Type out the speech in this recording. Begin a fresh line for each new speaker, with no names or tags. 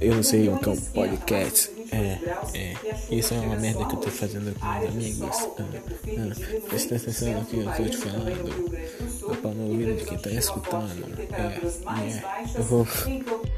eu não sei o que é um podcast. É, é. Isso é uma merda que eu tô fazendo com meus amigos. Ah, ah, presta atenção no que eu tô te tá falando. Opa, no ouvido de quem tá escutando. É, é. Eu É, né? vou.